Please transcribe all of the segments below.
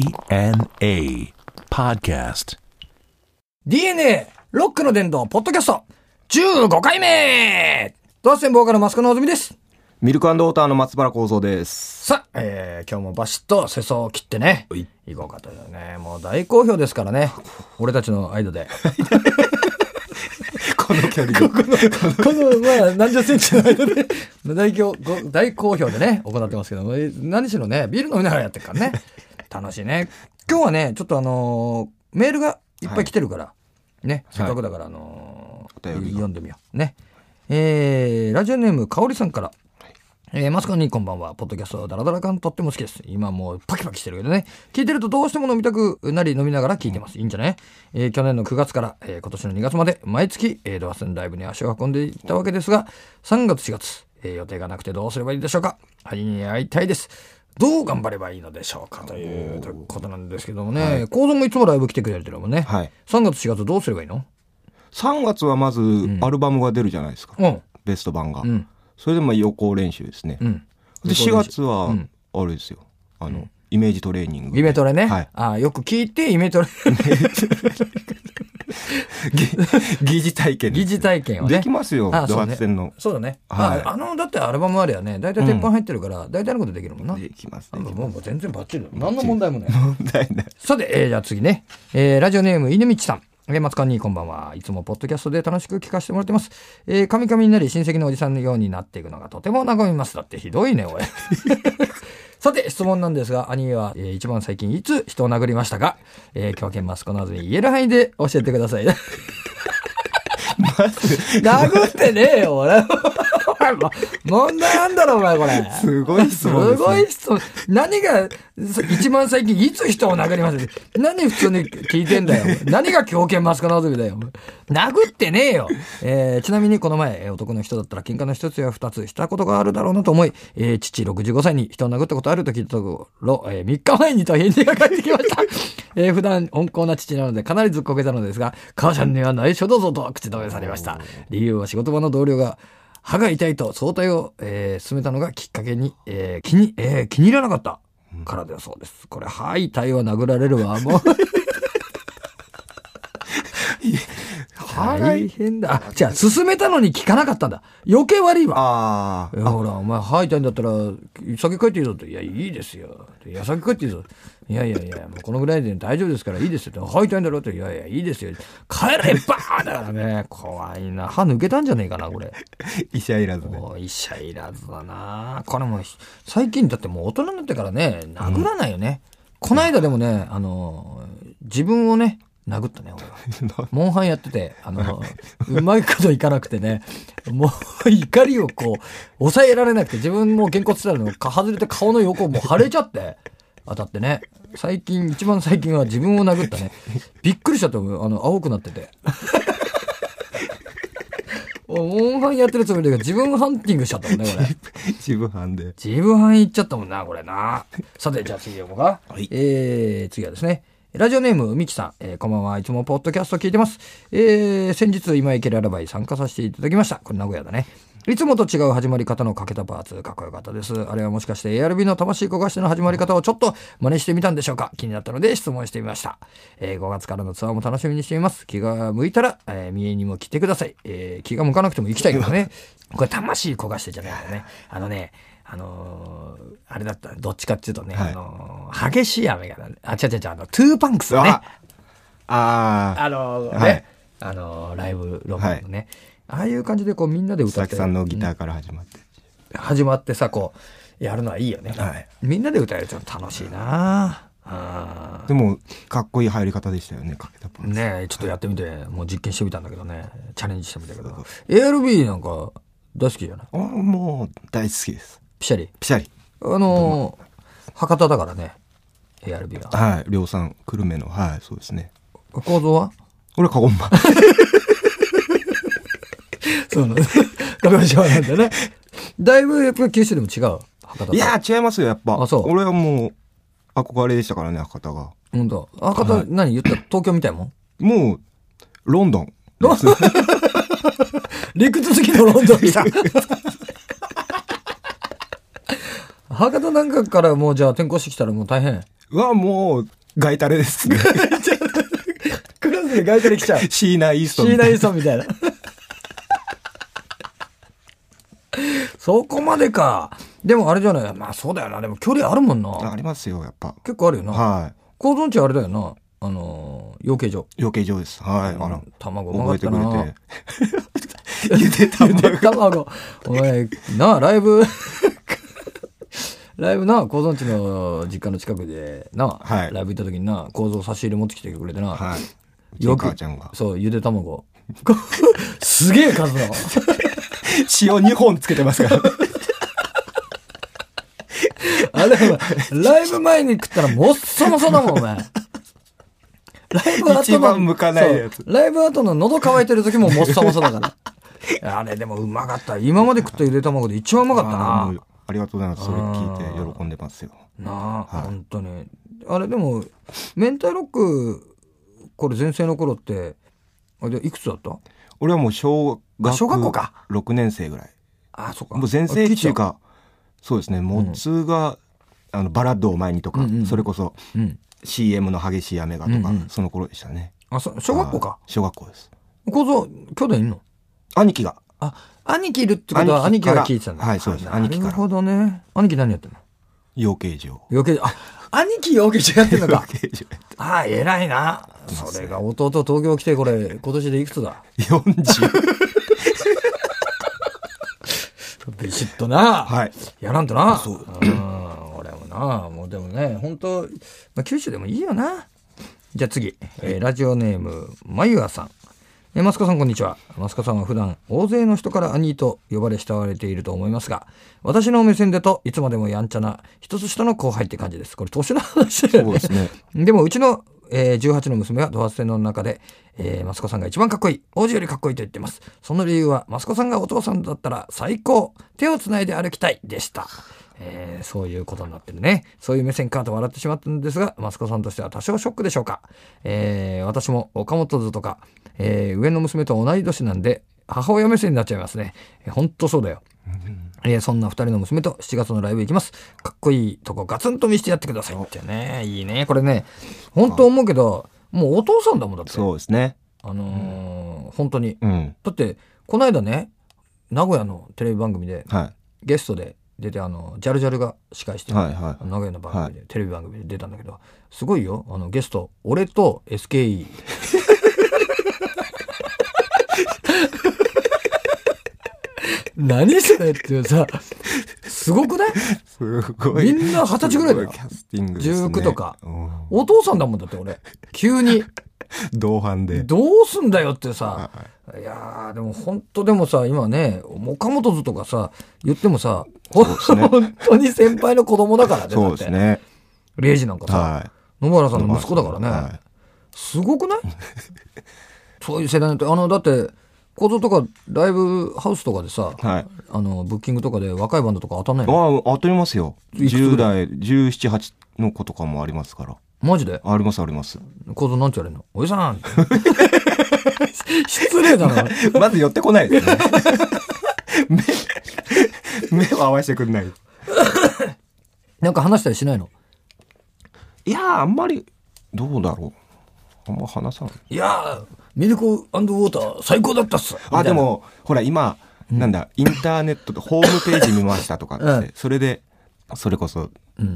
DNA Podcast. DNA ロックの伝道ポッドキャスト15回目ドアステンボーカルマスコのおずみです。ミルクウォーターの松原幸三 です。さあ、えー、今日もバシッと世相を切ってね、い行こうかというね、もう大好評ですからね、俺たちの間で。この距離で。この、まあ、何十センチの間で、大好ご大好評でね、行ってますけども、えー何しろね、ビール飲みながらやってるからね、楽しいね。今日はね、ちょっとあのーメールがいっぱい来てるから、ね、せっかくだから、あのーお便りが読んでみよう。ね。えー、ラジオネーム、かおりさんから。えーマスコンにこんばんは。ポッドキャストはダラダラ感とっても好きです。今もうパキパキしてるけどね。聞いてるとどうしても飲みたくなり飲みながら聞いてます。いいんじゃない、えー去年の9月から、えー今年の2月まで毎月、えードアスンライブに足を運んでいたわけですが、3月4月、えー予定がなくてどうすればいいでしょうかはい、会いたいです。どう頑張ればいいのでしょうかということなんですけどもね。コウゾンもいつもライブ来てくれてるもんね。はい3月4月どうすればいいの3月はまず、アルバムが出るじゃないですか。うん。ベスト版が。んそれでまあ予行練習ですね。うん。で、4月はん、あれですよ。あの、イメージトレーニング。イメトレね。はい。ああ、よく聞いて、イメトレ。 疑似体験疑です似体験はね。できますよ、あドそうハねツ戦の。そうだね。はいああの、だってアルバムあれやね、大体鉄板入ってるから、大体のことできるもんな。できますあね。もうもう全然バッチリだ。何の問題もない。問題ない。さて、えーじゃあ次ね。えーラジオネーム、犬道さん。えー松川にこんばんは。いつもポッドキャストで楽しく聞かせてもらってます。えー、神々になり親戚のおじさんのようになっていくのがとても和みます。だってひどいね、 おい。さて、質問なんですが、兄は、えー一番最近いつ人を殴りましたかえー、狂犬マスコなずに言える範囲で教えてください。殴ってねえよ、俺。問題なんだろ、お前、これ。すごい質す問ですね。ごい質問。何が、そ一番最近、いつ人を殴ります何普通に聞いてんだよ。何が狂犬マスカナズビだよ。殴ってねえよ。えーちなみにこの前、えー男の人だったら喧嘩の一つや二つしたことがあるだろうなと思い、えー父65歳に人を殴ったことあると聞いたところ、え3日前にと返事が返ってきました。えー普段温厚な父なのでかなりずっこけたのですが、母ちゃんには内緒だぞと口止めされました。理由は仕事場の同僚が、歯が痛いと早退を、えー進めたのがきっかけに、えー気に、えー気に入らなかったからだそうです。これ、歯痛いは殴られるわ、もう。大変だ。あ、じゃあ、進めたのに聞かなかったんだ。余計悪いわ。あいやほら、お前歯痛いんだったら、先帰っていいぞと。いや、いいですよ。いや、先帰っていいぞ。いやいやいや、もうこのぐらいで大丈夫ですから、いいですよ。歯痛いんだろうと。いやいや、いいですよ。帰れ、ばーだからね。怖いな。歯抜けたんじゃねえかな、これ。あ、 医者いらず で。もう医者いらずだなこれもひ最近だってもう大人になってからね殴らないよね、こないだでもねあの自分をね殴ったね俺はモンハンやっててあのうまいこといかなくてねもう怒りをこう抑えられなくて自分もうげんこつってたのか外れて顔の横もう腫れちゃって当たってね最近一番最近は自分を殴ったねびっくりしちゃったあの青くなってて おモンハンやってるつもりだけど自分ハンティングしちゃったもんねこれ自分班で。自分範囲行っちゃったもんな、これな。 さて、じゃあ次読もうか。はいえー、次はですね。ラジオネーム、みきさん。えーこんばんは。いつもポッドキャスト聞いてます。えー、先日、今池ララバイ参加させていただきました。これ名古屋だね。いつもと違う始まり方のかけたパーツ、かっこよかったです。あれはもしかして ARB の魂焦がしての始まり方をちょっと真似してみたんでしょうか気になったので質問してみました。え5月からのツアーも楽しみにしています。気が向いたら、えー、三重にも来てください。えー気が向かなくても行きたいけど ね。これ魂焦がしてじゃないからね。あのね、あのーあれだった、どっちかっていうとね、はいあのー激しい雨がなんで、あ、違う違う違う、あの、トゥーパンクスのねあ、ああのーね、はいあのーライブロマンのね、ああいう感じでこうみんなであ、佐歌っ々て、木さんのギターから始まって。始まってさ、こう、やるのはいいよね。はいみんなで歌えると楽しいなあでも、かっこいい入り方でしたよね、かけたパンツ。ねえ、ちょっとやってみて、もう実験してみたんだけどね、チャレンジしてみたけど、ARB なんか大好きじゃないあもう、大好きです。ピシャリ。ピシャリ。あのー博多だからね、ARB は。はい、量産、久留米の、はい、そうですね。構造は俺、カ ゴンバ。そうなんです。鹿児島なんだね。だいぶやっぱり九州でも違う。博多といやー、違いますよ、やっぱ。あそう俺はもう、憧れでしたからね、博多が。本当。博多、何言った東京みたいもんもう、ロンドン。理屈好きのロンドンさん。博多なんかからもうじゃあ転校してきたらもう大変。 はもう、ガイタレですね。クラスで外から来ちゃう。シーナ・イースシトンみーたナいイソンみたいな。そこまでか。でもあれじゃない。まあそうだよな。でも距離あるもんな。あな。りますよ、やっぱ。結構あるよな。は構造値あれだよな。あのー養鶏場。い。養鶏場です。はい。あら、卵うまか覚っえてたくれなて。。ゆで卵。卵。お前、なあ、ライブ、 ライブな、高蔵地の実家の近くで、なあ、はいライブ行った時にな、高蔵差し入れ持ってきてくれてな、はい。うちよのく母ちゃ んが。そう、ゆで卵。 すげえ数だ。塩2本つけてますから。あれ、お前ライブ前に食ったらもっそもそだもん、お前。ライブ後の一番向かないやそつうライブ後の喉乾いてる時ももっそもそだから。あれでもうまかった。今まで食ったゆで卵で一番うまかったあなーも。うありがとうございます。それ聞いて喜んでますよ。なあ、はい本当にあれでも明太ロックこれ全盛の頃ってあれでいくつだった俺はもう小あ学小学校か6年生ぐらい。あそっかもう全盛期か、そうですね、もつが、あの、バラッドを前にとか、うんうんそれこそあ聞いたうん CM の激しい雨がとか、うんうんその頃でしたね。あそ小学校かはい小学校です。小僧兄弟いんの兄貴が、あ兄貴いるってことは兄貴兄貴からが聞いてたんだはいそうですあ兄貴かならるほどね兄貴何やってんの養鶏場。余計あ兄貴 余計やってんのか養鶏ああ偉いなそれが弟東京来てこれ今年でいくつだ場。40。 ビシッとなはい。やらんとな。うん。俺もな、もうでもね、本当まあ、九州でもいいよな。じゃあ次、えーラジオネーム、まゆあさん。えー、マスカさんこんにちは。マスカさんは普段、大勢の人から兄と呼ばれ慕われていると思いますが、私の目線でと、いつまでもやんちゃな、一つ下の後輩って感じです。これ、年の話だよそうね。ですね。でもうちの、えー18の娘はドアステの中で、えー、マスコさんが一番かっこいい王子よりかっこいいと言ってますその理由はマスコさんがお父さんだったら最高手をつないで歩きたいでした、えーそういうことになってるねそういう目線かと笑ってしまったんですがマスコさんとしては多少ショックでしょうか、えー私も岡本図とか、えー上の娘と同い年なんで母親目線になっちゃいますね本当そうだよえーそんな二人の娘と7月のライブ行きます。かっこいいとこガツンと見せてやってくださいってね。いいね。これね、本当思うけど、もうお父さんだもんだって。そうですね。あのー本当に。うん。だって、この間ね、名古屋のテレビ番組で、はゲストで出て、あの、ジャルジャルが司会してい。る、はいは名古屋の番組で、テレビ番組で出たんだけど、すごいよ。あの、ゲスト、俺と SKE。何それっていうさ、すごくないい。すごみんな二十歳ぐらいだ よすごキャスティングですね。 19とかうんお父さんだもんだって俺。急に。同伴で。どうすんだよってさ。いやー、でも本当でもさ、今ね、岡本図とかさ、言ってもさ、すね本当に先輩の子供だからね。そうですね。レイジなんかさ、は野原い。さんの息子だからね。はいすごくないそういう世代のって、あの、だって、構造とかライブハウスとかでさ、はい。あの、ブッキングとかで若いバンドとか当たんないのああ、当たりますよ。いくつぐ10代、17、8の子とかもありますから。マジでありますあります。構造なんて言われるのおじさんって失礼だな。 まず寄ってこないですね。 目、目を合わせてくんない。なんか話したりしないのいやー、あんまり、どうだろう。あんま話さない。いやー、ミルクウォーター最高だったっす。あ、で。も、ほら、今、なんだ、インターネットでホームページ見ましたとかっうんて、それで、それこそ、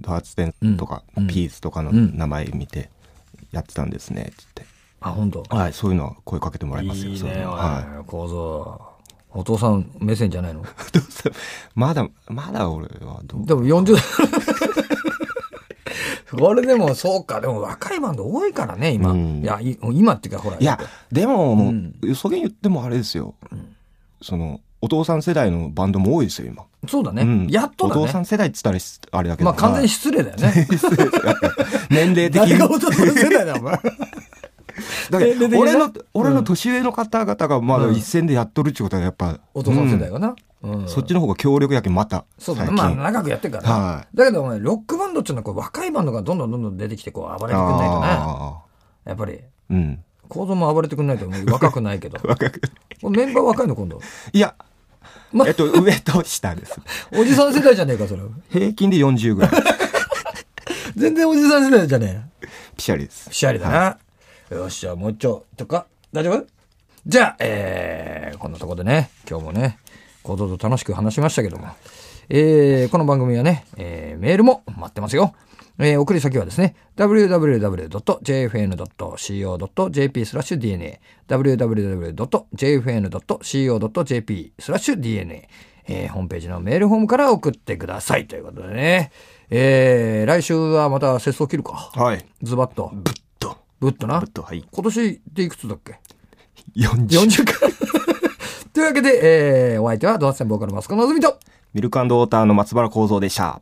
ドハツテンとか、ピースとかの名前見て、やってたんですね、つって。あ、本当。はい、そういうのは声かけてもらいますよ。いいそういうね、のおいはい。構造。お父さん目線じゃないのどうせ まだ、まだ俺はどうでも40代。これでも、そうか。でも若いバンド多いからね、今。うんいや、い今っていうか、ほら。いや、でも、うもんう、よそげに言ってもあれですよ。その、お父さん世代のバンドも多いですよ、今。そうだね。うんやっとおだ父さね。ん世代って言ったらあれだけど。まあ完全にはい失礼だよ ね。年齢的誰に。がお父さん世代だよ、お 前。だけど年齢俺的にの、俺の年上の方々がまだ一線でやっとるってことはやっぱ。お父さん世代うんがな。うん。そっちの方が強力やけん、また。そうだね。最近まあ長くやってるからね。はだけどお前、ロックバンドっていうのはこう若いバンドがどんどんどんどん出てきて、こう暴れてくんないとね。あやっぱり。ーうん。構造も暴れてくんないともう若くないけど。 若く。これメンバー若いの今度。いや、まえっと、上と下です。おじさん世代じゃねえか、それ。 平均で40ぐらい。全然おじさん世代じゃねえ。ピシャリです。ピシャリだはい。な。よっしゃ、もう一丁、とか、大丈夫じゃあ、えー、こんなとこでね、今日もね、行動と楽しく話しましたけども、えー、この番組はね、えーメールも待ってますよ。えー、送り先はですね、www.jfn.co.jp スラッシュ DNA、www.jfn.co.jp スラッシュ DNA、えーホームページのメールフォームから送ってくださいということでね、えー、来週はまた節操切るか。はい。ズバッと。ぶっと。ぶっとな。ぶっと、はい。今年でいくつだっけ40。 ?40 か。 というわけで、えー、お相手はドアツセンボーカルマスコのぞみと。ミルクウォーターの松原幸三でした。